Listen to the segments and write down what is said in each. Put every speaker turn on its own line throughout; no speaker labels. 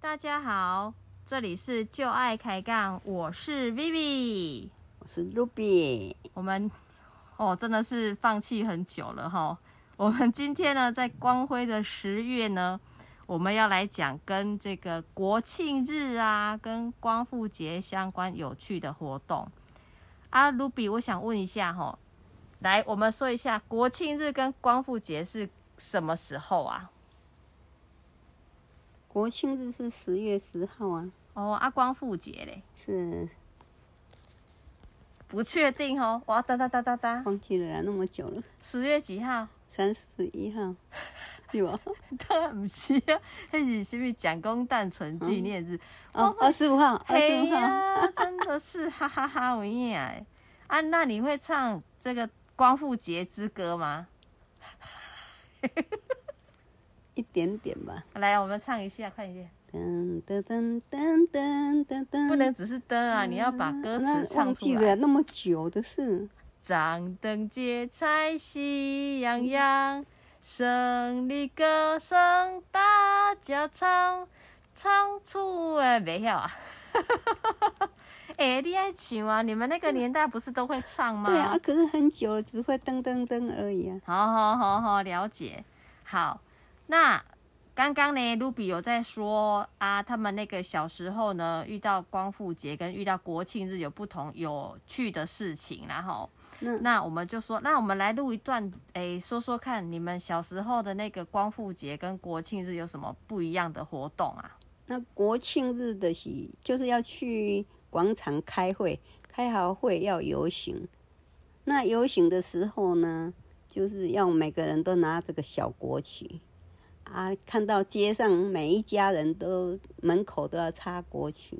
大家好，这里是旧爱开杠，我是 Vivi。
我是 Ruby，
我们哦，真的是放弃很久了哈。我们今天呢，在光辉的十月呢，我们要来讲跟这个国庆日啊，跟光复节相关有趣的活动啊。Ruby，我想问一下哈，来，我们说一下国庆日跟光复节是什么时候啊？
国庆日是十月十号啊，
哦，啊，光复节嘞，
是
不确定哦。哇，哒哒哒哒哒，
忘记了啦，那么久了，
十月几 号？
三十一号，啊对吧？
当然不是啊，迄是什么蒋公诞辰纪念日？
哦，二十五号，二十
嗯嘿
五 号，
呀、真的是哈哈哈有影哎！啊，那你会唱这个《光复节之歌》吗？
一点点吧。
来，我们唱一下，快一点！
噔噔噔噔噔噔噔，
不能只是灯啊，你要把歌词
那忘
唱出
记
来。
了，那么久的事，
张灯结彩，喜洋洋，胜利歌声大家唱，唱出诶，没有啊！ 哎、欸，你爱唱啊？你们那个年代不是都会唱吗？
对啊，可是很久了，只会噔噔噔而已啊。
好好好好，了解。好，那刚刚呢，Ruby 有在说啊，他们那个小时候呢，遇到光复节跟遇到国庆日有不同有趣的事情，然后
那
那我们就说，那我们来录一段，诶，说说看你们小时候的那个光复节跟国庆日有什么不一样的活动啊？
那国庆日的喜就是要去广场开会，开好会要游行。那游行的时候呢，就是要每个人都拿这个小国旗啊，看到街上每一家人都门口都要插国旗。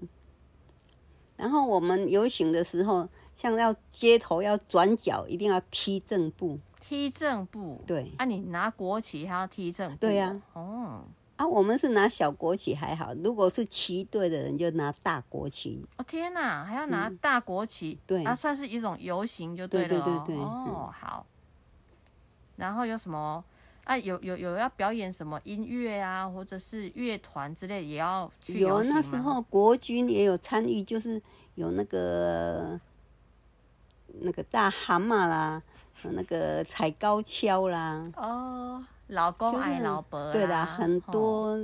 然后我们游行的时候，像要街头要转角，一定要踢正步。
踢正步，
对
啊，你拿国旗还要踢正步，
对呀、
哦，
啊，我们是拿小国旗还好，如果是旗队的人就拿大国旗。
哦天哪，还要拿大国旗，
嗯对
啊，算是一种游行就对了、哦，
对对对对嗯
哦，好。然后有什么啊？有有有要表演什么音乐啊，或者是乐团之类，也要去游
有
行
那时
吗
候国军也有参与，就是有那个那个大蛤蟆啦，有那个踩高跷啦，
哦，老公
就是
爱老婆、啊
对啦，很
哦
多、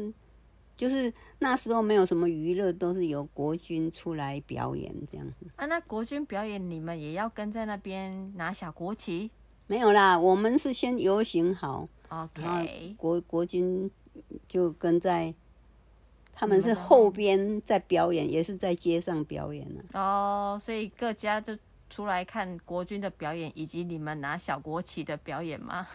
就是那时候没有什么娱乐，都是由国军出来表演这样子。
啊。那国军表演，你们也要跟在那边拿小国旗
没有啦，我们是先游行好，然后
？OK，
国国军就跟在。他们
你
是
们在
后边在表演，也是在街上表演啊。
哦，所以各家就出来看国军的表演，以及你们拿小国旗的表演吗？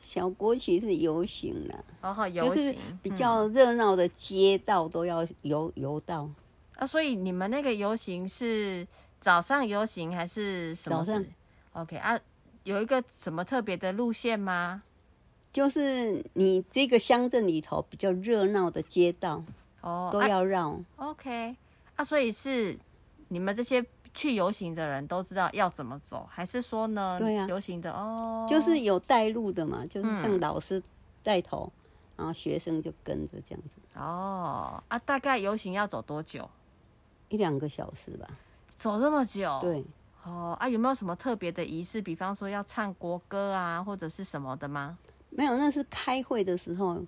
小国旗是游行啦，
然后哦游
就
行
是比较热闹的街道都要游游到
啊，所以你们那个游行是早上游行还是什么
早
时？
上，
OK 啊，有一个什么特别的路线吗？
就是你这个乡镇里头比较热闹的街道
哦，
都
啊、
要绕。
OK 啊，所以是你们这些去游行的人都知道要怎么走，还是说呢？
对啊
游行的哦，
就是有带路的嘛，就是像
嗯
老师带头，然后学生就跟着这样子，
哦啊，大概游行要走多久？
一两个小时吧。
走这么久？。
对，
哦啊，有没有什么特别的仪式？比方说要唱国歌啊，或者是什么的吗？
没有，那是开会的时候。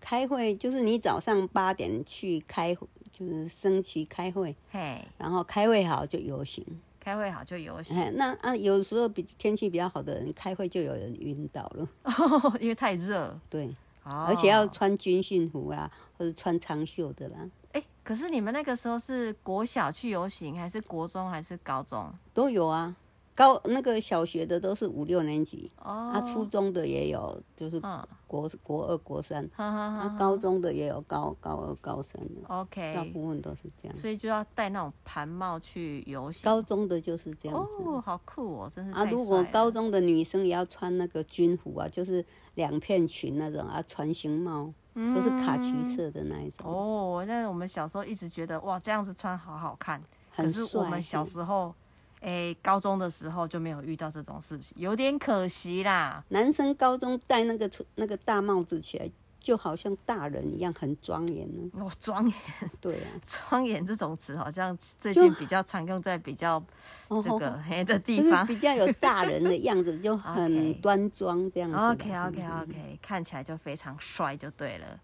开会就是你早上八点去开，就是升旗开会，
嘿，
然后开会好就游行。
开会好就游行。
哎，那啊，有时候比天气比较好的人开会就有人晕倒了，
因为太热，
对，
哦、
嗯而且要穿军训服啦，或者穿长袖的啦，
哎、可是你们那个时候是国小去游行，还是国中，还是高中？
都有啊。高那个小学的都是五六年级，
哦，
啊，初中的也有，就是
嗯，
国国二、国三，
哈哈哈
啊，
哈
高中的也有高高二、高三的，大
OK，
部分都是这样。
所以就要戴那种盘帽去游行。
高中的就是这样子。
哦，好酷哦，真是
啊，
太
如果
帅了
高中的女生也要穿那个军服啊，就是两片裙那种啊，船形帽，都是卡其
嗯
色的那一种，
哦，那我们小时候一直觉得哇，这样子穿好好看，可
很
是我们
帅。
小时候。哎，高中的时候就没有遇到这种事情，有点可惜啦。
男生高中戴那个粗那个大帽子起来就好像大人一样很庄严 呢。
哦，庄严
对啊，
庄严这种词好像最
就
近比较常用在比较
哦
这个黑 的地
就是
方。
比较有大人的样子，就很
OK
端庄这样子嗯的。
OK OK OK，看起来就非常帅就对了。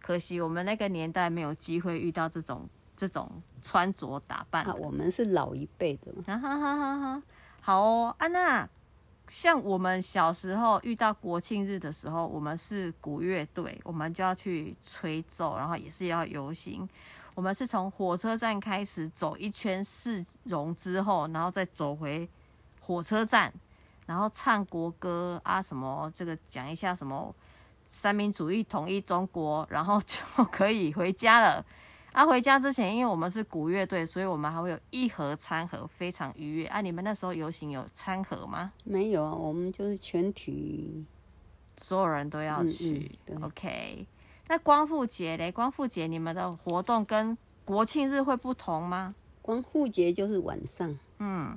可惜我们那个年代没有机会遇到这种这种穿着打扮
啊，
的。
我们是老一辈的嘛，
啊哈哈哈哈！好哦，安、娜。像我们小时候遇到国庆日的时候，我们是鼓乐队，我们就要去吹奏，然后也是要游行。我们是从火车站开始走一圈市容之后，然后再走回火车站，然后唱国歌啊，什么这个讲一下什么三民主义统一中国，然后就可以回家了。啊，回家之前，因为我们是鼓乐队，所以我们还会有一盒餐盒，非常愉悦。啊，你们那时候游行有餐盒吗？
没有啊，我们就是全体
所有人都要
嗯嗯
去。
对
OK，那光复节嘞？光复节你们的活动跟国庆日会不同吗？
光复节就是晚上，
嗯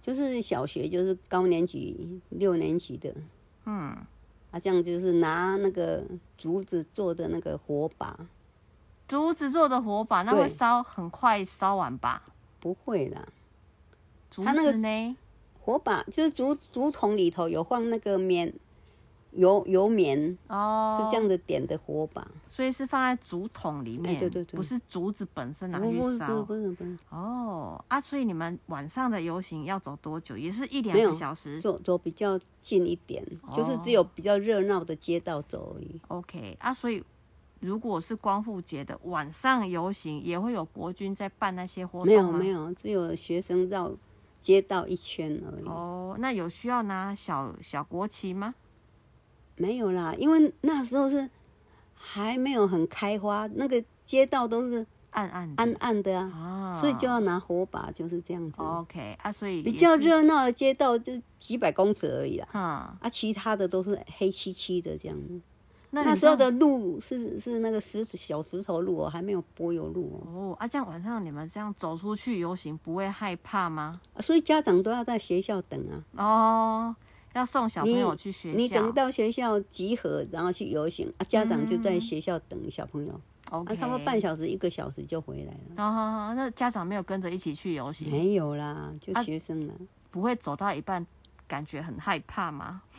就是小学就是高年级六年级的，
嗯，
啊，这样就是拿那个竹子做的那个火把，
竹子做的火把，那
对
会烧很快烧完吧？
不会啦，
竹
它那个
子呢？
火把就是竹竹筒里头有放那个棉油油棉，
哦，
是这样子点的火把，
所以是放在竹筒里面，
哎对对对
不是竹子本身拿
不不
去
不
烧。
不是不是，
哦啊，所以你们晚上的游行要走多久？也是一两
没有
个小时。
走走比较近一点，就是只有比较热闹的街道走而已。
OK 啊，所以如果是光复节的晚上游行，也会有国军在办那些活
没有
动吗？
没
有。
有，只有学生绕街道一圈而已。
哦，那有需要拿小小国旗吗？
没有啦，因为那时候是还没有很开花，那个街道都是
暗暗的
暗暗的啊，
啊，
所以就要拿火把，就是这样子。
OK 啊，所以
比
也
较
是。
热闹的街道就几百公尺而已啦，
嗯，
啊，其他的都是黑漆漆的这样子。
那
那
你
时候
这样
的路是是那个石小石头路哦，还没有柏油路哦，
哦啊，这样晚上你们这样走出去游行，不会害怕吗？
啊所以家长都要在学校等啊。
哦，要送小朋友去学校。
你等到学校集合，然后去游行啊，家长就在学校等小朋友，啊，
嗯 OK，
差不多半小时一个小时就回来了。
然后那家长没有跟着一起去游行，
没有啦，就
嗯啊
学生啦。
不会走到一半感觉很害怕吗？
啊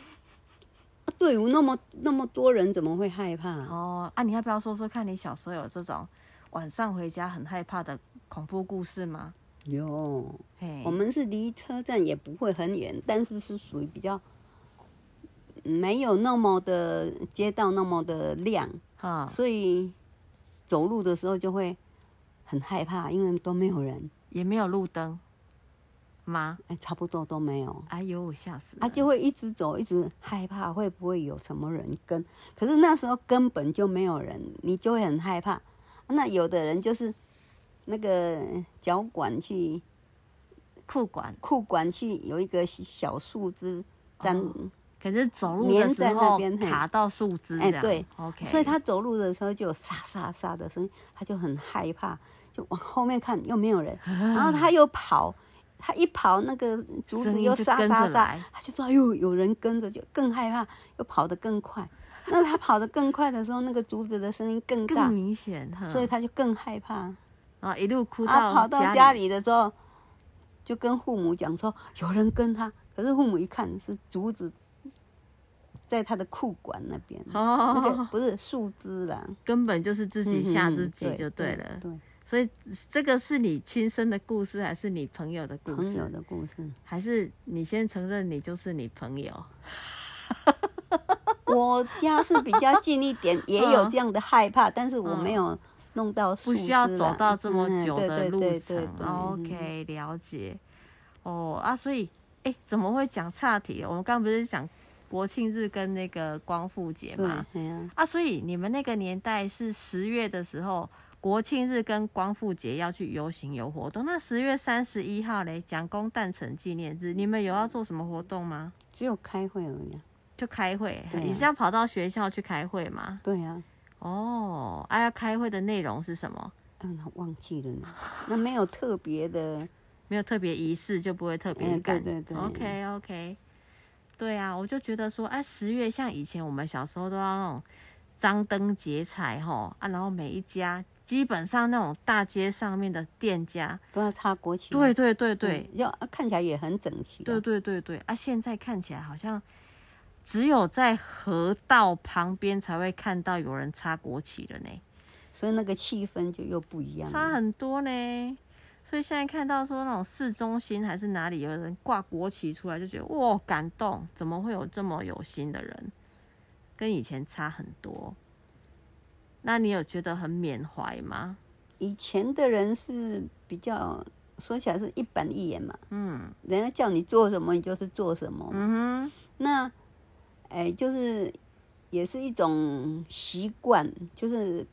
队伍那么那么多人，怎么会害怕、
哦，啊，你要不要说说看你小时候有这种晚上回家很害怕的恐怖故事吗？
有，
嘿嗯
我，们是离车站也不会很远，但是是属于比较嗯没有那么的街道那么的亮，
啊，
所以走路的时候就会很害怕，因为都没有人，
也没有路灯吗？
哎，差不多都没有。
哎呦，吓死
啊，
人！
就会一直走，一直害怕会不会有什么人跟。可是那时候根本就没有人，你就会很害怕。啊那有的人就是那个脚管去
裤管，
裤管去有一个小树枝粘，
可是走路
粘
的时
在那
候
边嘿
卡到树枝这
哎
样，
对
，OK，
所以他走路的时候就有沙沙沙的声音，他就很害怕，就往后面看又没有 人，然后他又跑。他一跑，那个竹
声
子
音
又
就
沙
跟
沙
着
沙
来，
他就说：“哎呦，有人跟着，就更害怕，又跑得更快。”那他跑得更快的时候，那个竹子的声音更大
更，明显，哼
所以他就更害怕。
然后一路哭
啊，跑到家
里，
里的时候，就跟父母讲说有人跟他，可是父母一看是竹子，在他的裤管那边，那个
哦，
不是树枝啦，
根本就是自己吓自己
嗯
就对了。
对，
所以这个是你亲身的故事，还是你朋友的故
朋友
事？
的故事，
还是你先承认你就是你朋友？
我家是比较近一
嗯
点，也有这样的害怕，但是我没有弄到树
不
枝啦，
需要走到这么久
嗯
的
对对
路
对
程。啊
对对
OK，了解。哦啊，所以哎、诶怎么会讲岔题？我们刚刚不是讲国庆日跟那个光复节
对
嘛？，
哎呀，
啊，所以你们那个年代是十月的时候，国庆日跟光复节要去游行有活动。那十月三十一号嘞，蒋公诞辰纪念日，你们有要做什么活动吗？
只有开会而已啊，
就开会，
对啊
你是要跑到学校去开会吗？
对啊呀。
哦，啊，要开会的内容是什么？
嗯，忘记了呢。 那没有特别的，
没有特别仪式，就不会特别
嗯
赶、
对对对
OK 啊 OK，对啊，我就觉得说，哎、十月像以前我们小时候都要那种张灯结彩哈啊，然后每一家基本上那种大街上面的店家，
都要插国旗。
对对对对，
嗯，就啊看起来也很整齐啊。
对对对对啊！现在看起来好像只有在河道旁边才会看到有人插国旗了呢，
所以那个气氛就又不一样
差
了。
很多呢。所以现在看到说那种市中心还是哪里有人挂国旗出来，就觉得哇感动，怎么会有这么有心的人？跟以前差很多。那你有觉得很缅怀吗？
以前的人是比较说起来是一板一眼嘛，嗯，人家叫你做什么，你就是做什么。
嗯哼，
那，哎、就是也是一种习惯，就是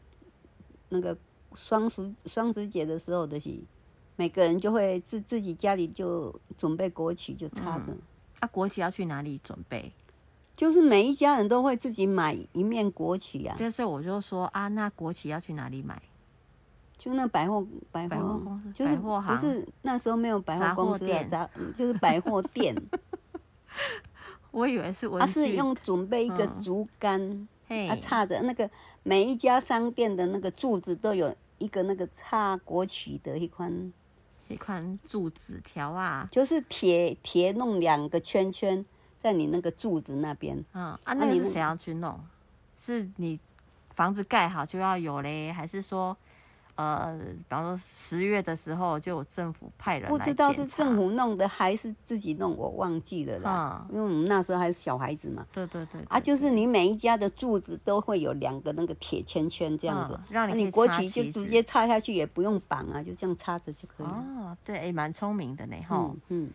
那个双十双十节的时候的、就是，每个人就会自自己家里就准备国旗就插着。
啊，国旗要去哪里准备？
就是每一家人都会自己买一面国旗啊，
对，所以我就说啊，那国旗要去哪里买？
就那百货百货
百货公司
就是
百货
不
行
是那时候没有百
杂
货公
货
司啊，
店
杂嗯就是百货店，
我以为是 文
它
具，
啊是用准备一个
嗯
竹竿，
嘿
它插着那个每一家商店的那个柱子都有一个那个插国旗的一款，
一款柱子条啊，
就是铁铁弄两个圈圈在你那个柱子那边，
嗯啊，那个
你
是谁要去弄？是你房子盖好就要有嘞，还是说，呃，比方说十月的时候就有政府派人来
不知道是
检查
政，府弄的还是自己弄，我忘记了啦，因为我们那时候还是小孩子嘛。
嗯对对对
啊，就是是你每一家的柱子都会有两个那个铁圈圈这样子，
嗯让你
啊
可以
你国
插
旗就
旗
直
子
接插下去，也不用绑啊，就这样插着就可以了。
哦，对，哎、蛮聪明的呢，哈、
嗯嗯，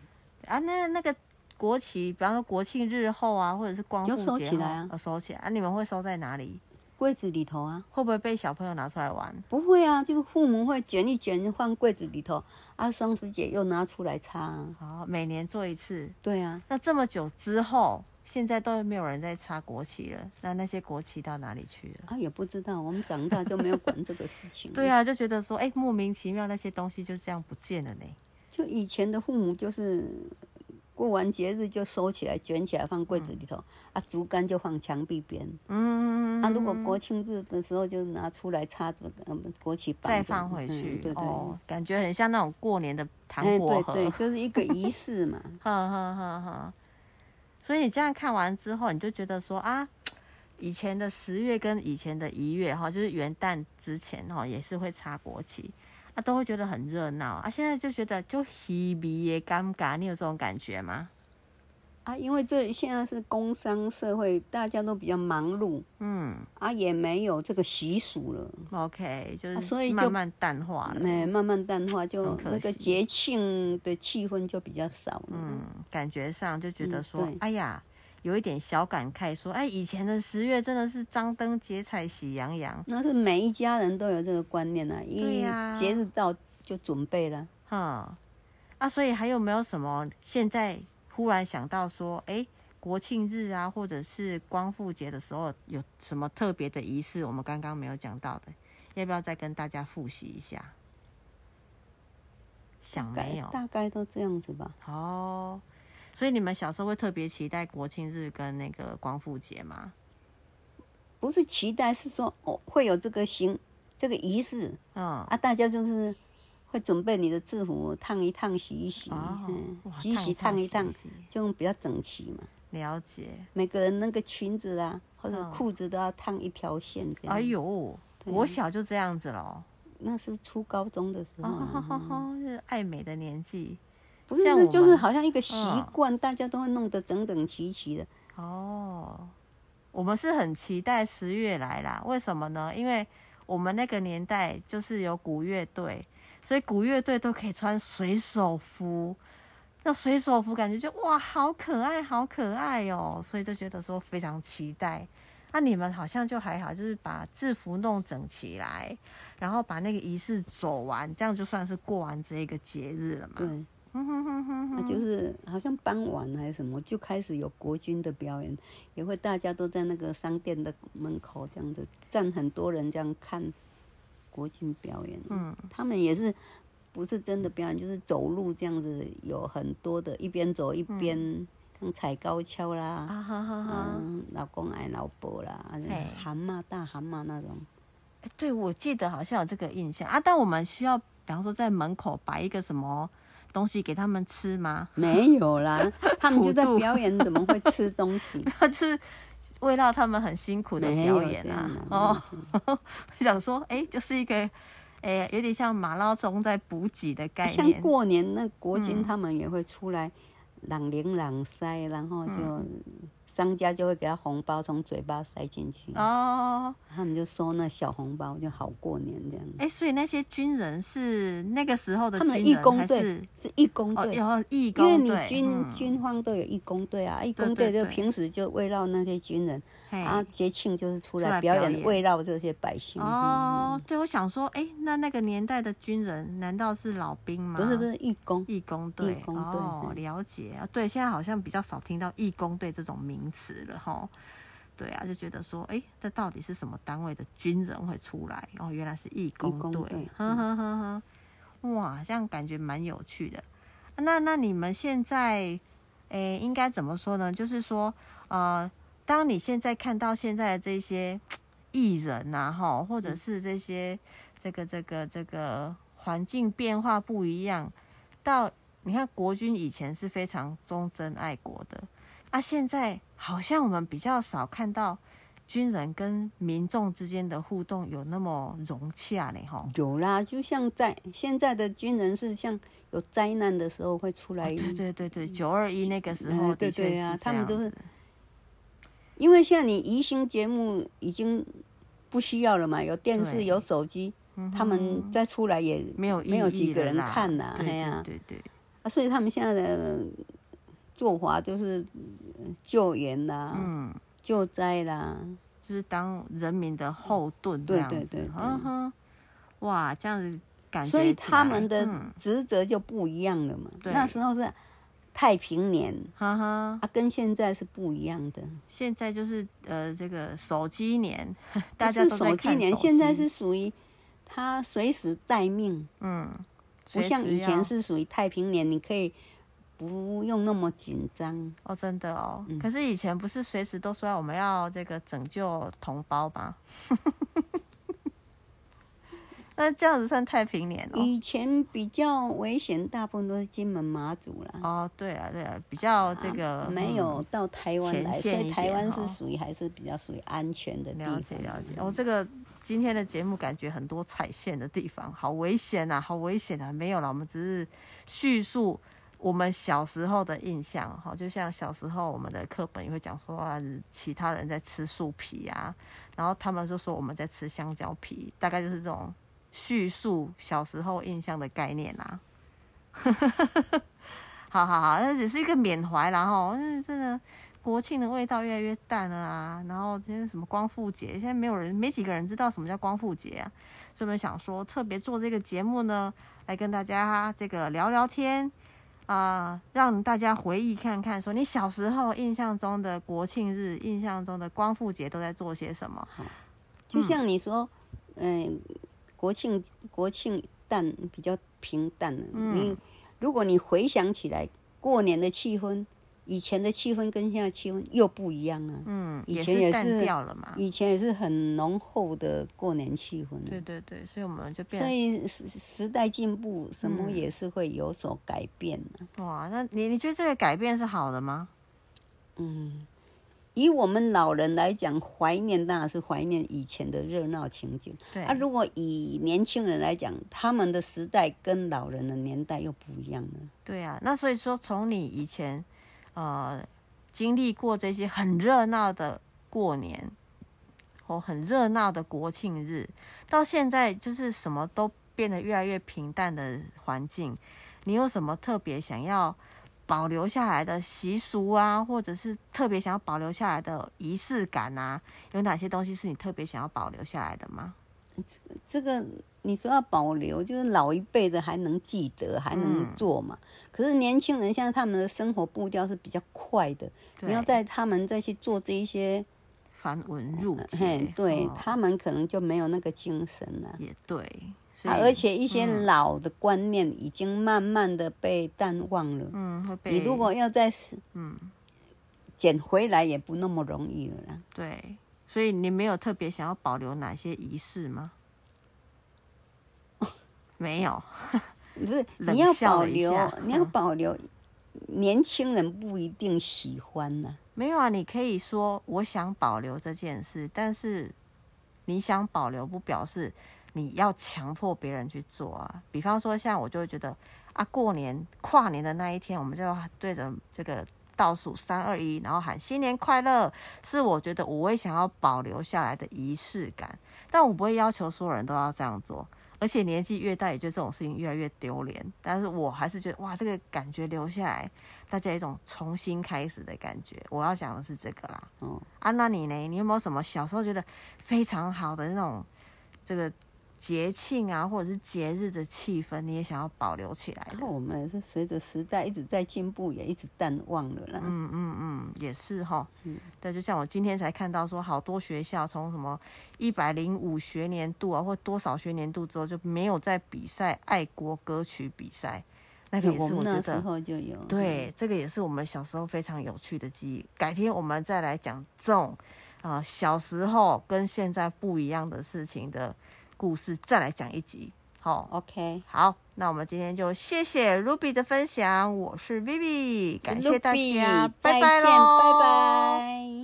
啊，那那个国旗，比方说国庆日后啊，或者是光复
就
节
收起
后
来啊
哦收起来啊，你们会收在哪里？
柜子里头啊，
会不会被小朋友拿出来玩？
不会啊，就是父母会卷一卷放柜子里头，啊，双十节又拿出来插啊，
哦，每年做一次，
对啊，
那这么久之后，现在都没有人在插国旗了，那那些国旗到哪里去了？
啊也不知道，我们长大就没有管这个事 情。
对，啊，就觉得说，哎、莫名其妙那些东西就这样不见了呢。
就以前的父母就是。过完节日就收起来，卷起来放柜子里头、啊，竹竿就放墙壁边。
嗯，
啊，如果国庆日的时候就拿出来插着，嗯，国旗绑
再
着
放回去
嗯、，对对，
哦，感觉很像那种过年的糖
哎，
果
对
盒，
对，就是一个仪式嘛。
哈哈哈哈。所以你这样看完之后，你就觉得说啊，以前的十月跟以前的一月哈，就是元旦之前哈，也是会插国旗，啊，都会觉得很热闹啊。现在就觉得就稀微也尴尬，你有这种感觉吗？
啊，因为这现在是工商社会，大家都比较忙碌
嗯
啊，也没有这个习俗了，
，OK，就
啊所以
是
就
慢慢淡化了。
哎，慢慢淡化，就
很可
那个
惜
节庆的气氛就比较少了。
嗯，感觉上就觉得
嗯
说，
对
哎呀，有一点小感慨，说，哎，以前的十月真的是张灯结彩、喜洋洋，
那是每一家人都有这个观念啊，
对
一
呀
节日到就准备了。
哈、啊，所以还有没有什么现在忽然想到说，哎，国庆日啊，或者是光复节的时候，有什么特别的仪式，我们刚刚没有讲到的，要不要再跟大家复习一下？想
大概
没有？
大概都这样子吧。
哦，所以你们小时候会特别期待国庆日跟那个光复节吗？
不是期待，是说哦会有这个行这个仪式
嗯，
啊，大家就是会准备你的制服烫一烫、洗一洗，嗯
哦哇
洗一洗、烫一烫，
洗
就比较整齐嘛。
了解。
每个人那个裙子啦、或者
嗯
裤子都要烫一条线这样。
哎呦，
啊对啊
我小就这样子了
那是初高中的时候
哦，
啦、
哈哈
嗯
哈，是爱美的年纪
不是，
像我
那就是
们嗯
好像一个习惯，大家都会弄得整整齐齐的。
哦。我们是很期待十月来啦，为什么呢？因为我们那个年代就是有古乐队，所以古乐队都可以穿水手服。那水手服感觉就哇，好可爱，好可爱哦，所以就觉得说非常期待。那、你们好像就还好，就是把制服弄整齐来，然后把那个仪式走完，这样就算是过完这一个节日了嘛。
对，
嗯哼哼哼
那就是好像傍晚还是什么，就开始有国军的表演，也会大家都在那个商店的门口这样子站很多人这样看国军表演。
嗯，
他们也是不是真的表演，就是走路这样子，有很多的一边走一边像踩高跷啦，
嗯啊哈哈哈。
嗯，老公爱老婆啦，啊
嘿
蛤蟆大蛤蟆那种，
诶对，我记得好像有这个印象啊。但我们需要，比方说在门口摆一个什么东西给他们吃吗？
没有啦，他们就在
普渡
表演，怎么会吃东西？
就是慰劳他们很辛苦的
没
表
有
演
这
啊
样的。
哦，， 想说，哎、就是一个，哎、有点像马拉松在补给的概
像
念。
过年那国
嗯
军他们也会出来朗铃朗塞，然后就
嗯
商家就会给他红包从嘴巴塞进去，
哦，
他们就收那小红包就好过年这样。
哎、所以那些军人是那个时候的
他
军
们
人
义工
还
队
是
是义工
哦，
队，
有义
因为
工
你
队，
军
嗯
军方都有义工队啊，义
对
工
对
队就
对
平时就慰劳那些军人
嘿哦
啊，嗯节庆就是
出
出来
来
表
表
演
演
慰劳这些百姓。
哦，对，我想说，哎、那那个年代的军人难道是老兵吗？
嗯不是不是义工，
义工队，
义工队
哦，了解啊。对，现在好像比较少听到义工队这种名词了哈。对啊，就觉得说，哎，这到底是什么单位的军人会出来？哦，原来是义工
义工嗯
队，
队
呵呵呵呵。哇，这样感觉蛮有趣的。啊那那你们现在，诶，应该怎么说呢？就是说，呃，当你现在看到现在的这些艺人呐、啊，哈，或
嗯
者是这些这个这个这个环境变化不一样，到你看国军以前是非常忠贞爱国的，啊，现在好像我们比较少看到军人跟民众之间的互动有那么融洽呢，哈。
有啦，就像在现在的军人是像有灾难的时候会出来，
哦对对对对，九二一那个时
嗯
候
对
的确
对
是
啊
这
他们
样嗯
都是
子
因为现在你移行节目已经不需要了嘛，有电视
对
有手机，他们再出来也
嗯没有
没有
意义
几个
了
人
啦
看呐
对
哎呀
对对对，
啊，所以他们现在的做法就是呃救援啦、
嗯，
救灾啦，
就是当人民的后盾这
对
样子，
对对对
嗯哼，哇，这样子感觉起
所
来，
以他们的
嗯
职责就不一样了嘛。
对
那时候是太平年
哈哈，
啊，跟现在是不一样的。
现在就是呃这个手机年，
不
大家
是
都在
手
看
机年，现在是属于他随时待命，
嗯，
不像
随时
以前
要
是属于太平年，你可以不用那么紧张。
哦，真的哦。
嗯
可是以前不是随时都说我们要这个拯救同胞吗？ 那这样子算太平年哦。
以前比较危险，大部分都是金门、马祖啦。
哦，对啊，对啊，比较这个、
啊没有到台湾来，
嗯前
所
线
以
一
台
点
湾
哈
是属于还是比较属于安全的
嗯
地
了
方。
解了解。哦，这个今天的节目感觉很多踩线的地方，好危险啊，好危险啊！没有啦，我们只是叙述我们小时候的印象，哈，就像小时候我们的课本也会讲说啊，其他人在吃树皮啊，然后他们就说我们在吃香蕉皮，大概就是这种叙述小时候印象的概念啦、 好好好，那只是一个缅怀啦哈，那真的国庆的味道越来越淡了啊。然后今天什么光复节，现在没有人没几个人知道什么叫光复节啊，所以我们想说特别做这个节目呢，来跟大家这个聊聊天。啊、让大家回忆看看，说你小时候印象中的国庆日、印象中的光复节都在做些什么？
就像你说，嗯、国庆国庆淡比较平淡了。
嗯
你如果你回想起来，过年的气氛，以前的气氛跟现在气氛又不一样啊。
嗯，
以
也
前也
是淡
是
掉了嘛。
以前也是很浓厚的过年气氛啊、
对对对，啊所以我们就变
所以时时代进步，什么也是会有所改变啊的、
哇，那你你觉得这个改变是好的吗？嗯
以我们老人来讲，怀念当然是怀念以前的热闹情景。
对，
啊，如果以年轻人来讲，他们的时代跟老人的年代又不一样了。
对啊，那所以说从你以前呃经历过这些很热闹的过年，哦，很热闹的国庆日，到现在就是什么都变得越来越平淡的环境，你有什么特别想要？保留下来的习俗啊，或者是特别想要保留下来的仪式感啊，有哪些东西是你特别想要保留下来的吗？
这个你说要保留，就是老一辈的还能记得，还能
嗯
做嘛。可是年轻人现在他们的生活步调是比较快的，
对
你要在他们再去做这一些，呃
繁文缛节
嘿，，对、
哦
他们可能就没有那个精神了、
也对，所
啊
以
而且一些
嗯
老的观念已经慢慢的被淡忘了。
嗯会被
你如果要在时，
嗯
捡回来也不那么容易了啦。
对，所以你没有特别想要保留哪些仪式 吗？没有，
不是
冷
你要
笑
保
了一
留
下，
你要
嗯
保留，年轻人不一定喜欢呐、
没有啊。你可以说我想保留这件事，但是你想保留不表示你要强迫别人去做啊。比方说，像我就会觉得啊，过年跨年的那一天，我们就要对着这个倒数三二一，然后喊新年快乐，是我觉得我会想要保留下来的仪式感，但我不会要求所有人都要这样做。而且年纪越大，也觉得这种事情越来越丢脸。但是我还是觉得，哇，这个感觉留下来，大家有一种重新开始的感觉。我要讲的是这个啦。
哦，
啊，那你呢？你有没有什么小时候觉得非常好的那种这个节庆啊，或者是节日的气氛，你也想要保留起来
然
的
后？我们也是随着时代一直在进步，也一直淡忘了啦。
嗯嗯嗯，也是哈。
嗯
对，就像我今天才看到说，好多学校从什么一百零五学年度啊，或多少学年度之后就没有在比赛爱国歌曲比赛，那个也
哎我
是
们
我觉
那时
得。
候就有，
对，这个也是我们小时候非常有趣的记忆。改天我们再来讲这种啊、呃小时候跟现在不一样的事情的故事，再来讲一集。好、
嗯，OK，
好，那我们今天就谢谢 Ruby 的分享，我是 Vivi，感谢大
Snoopy，
家，拜
再
拜
见
喽，
拜拜。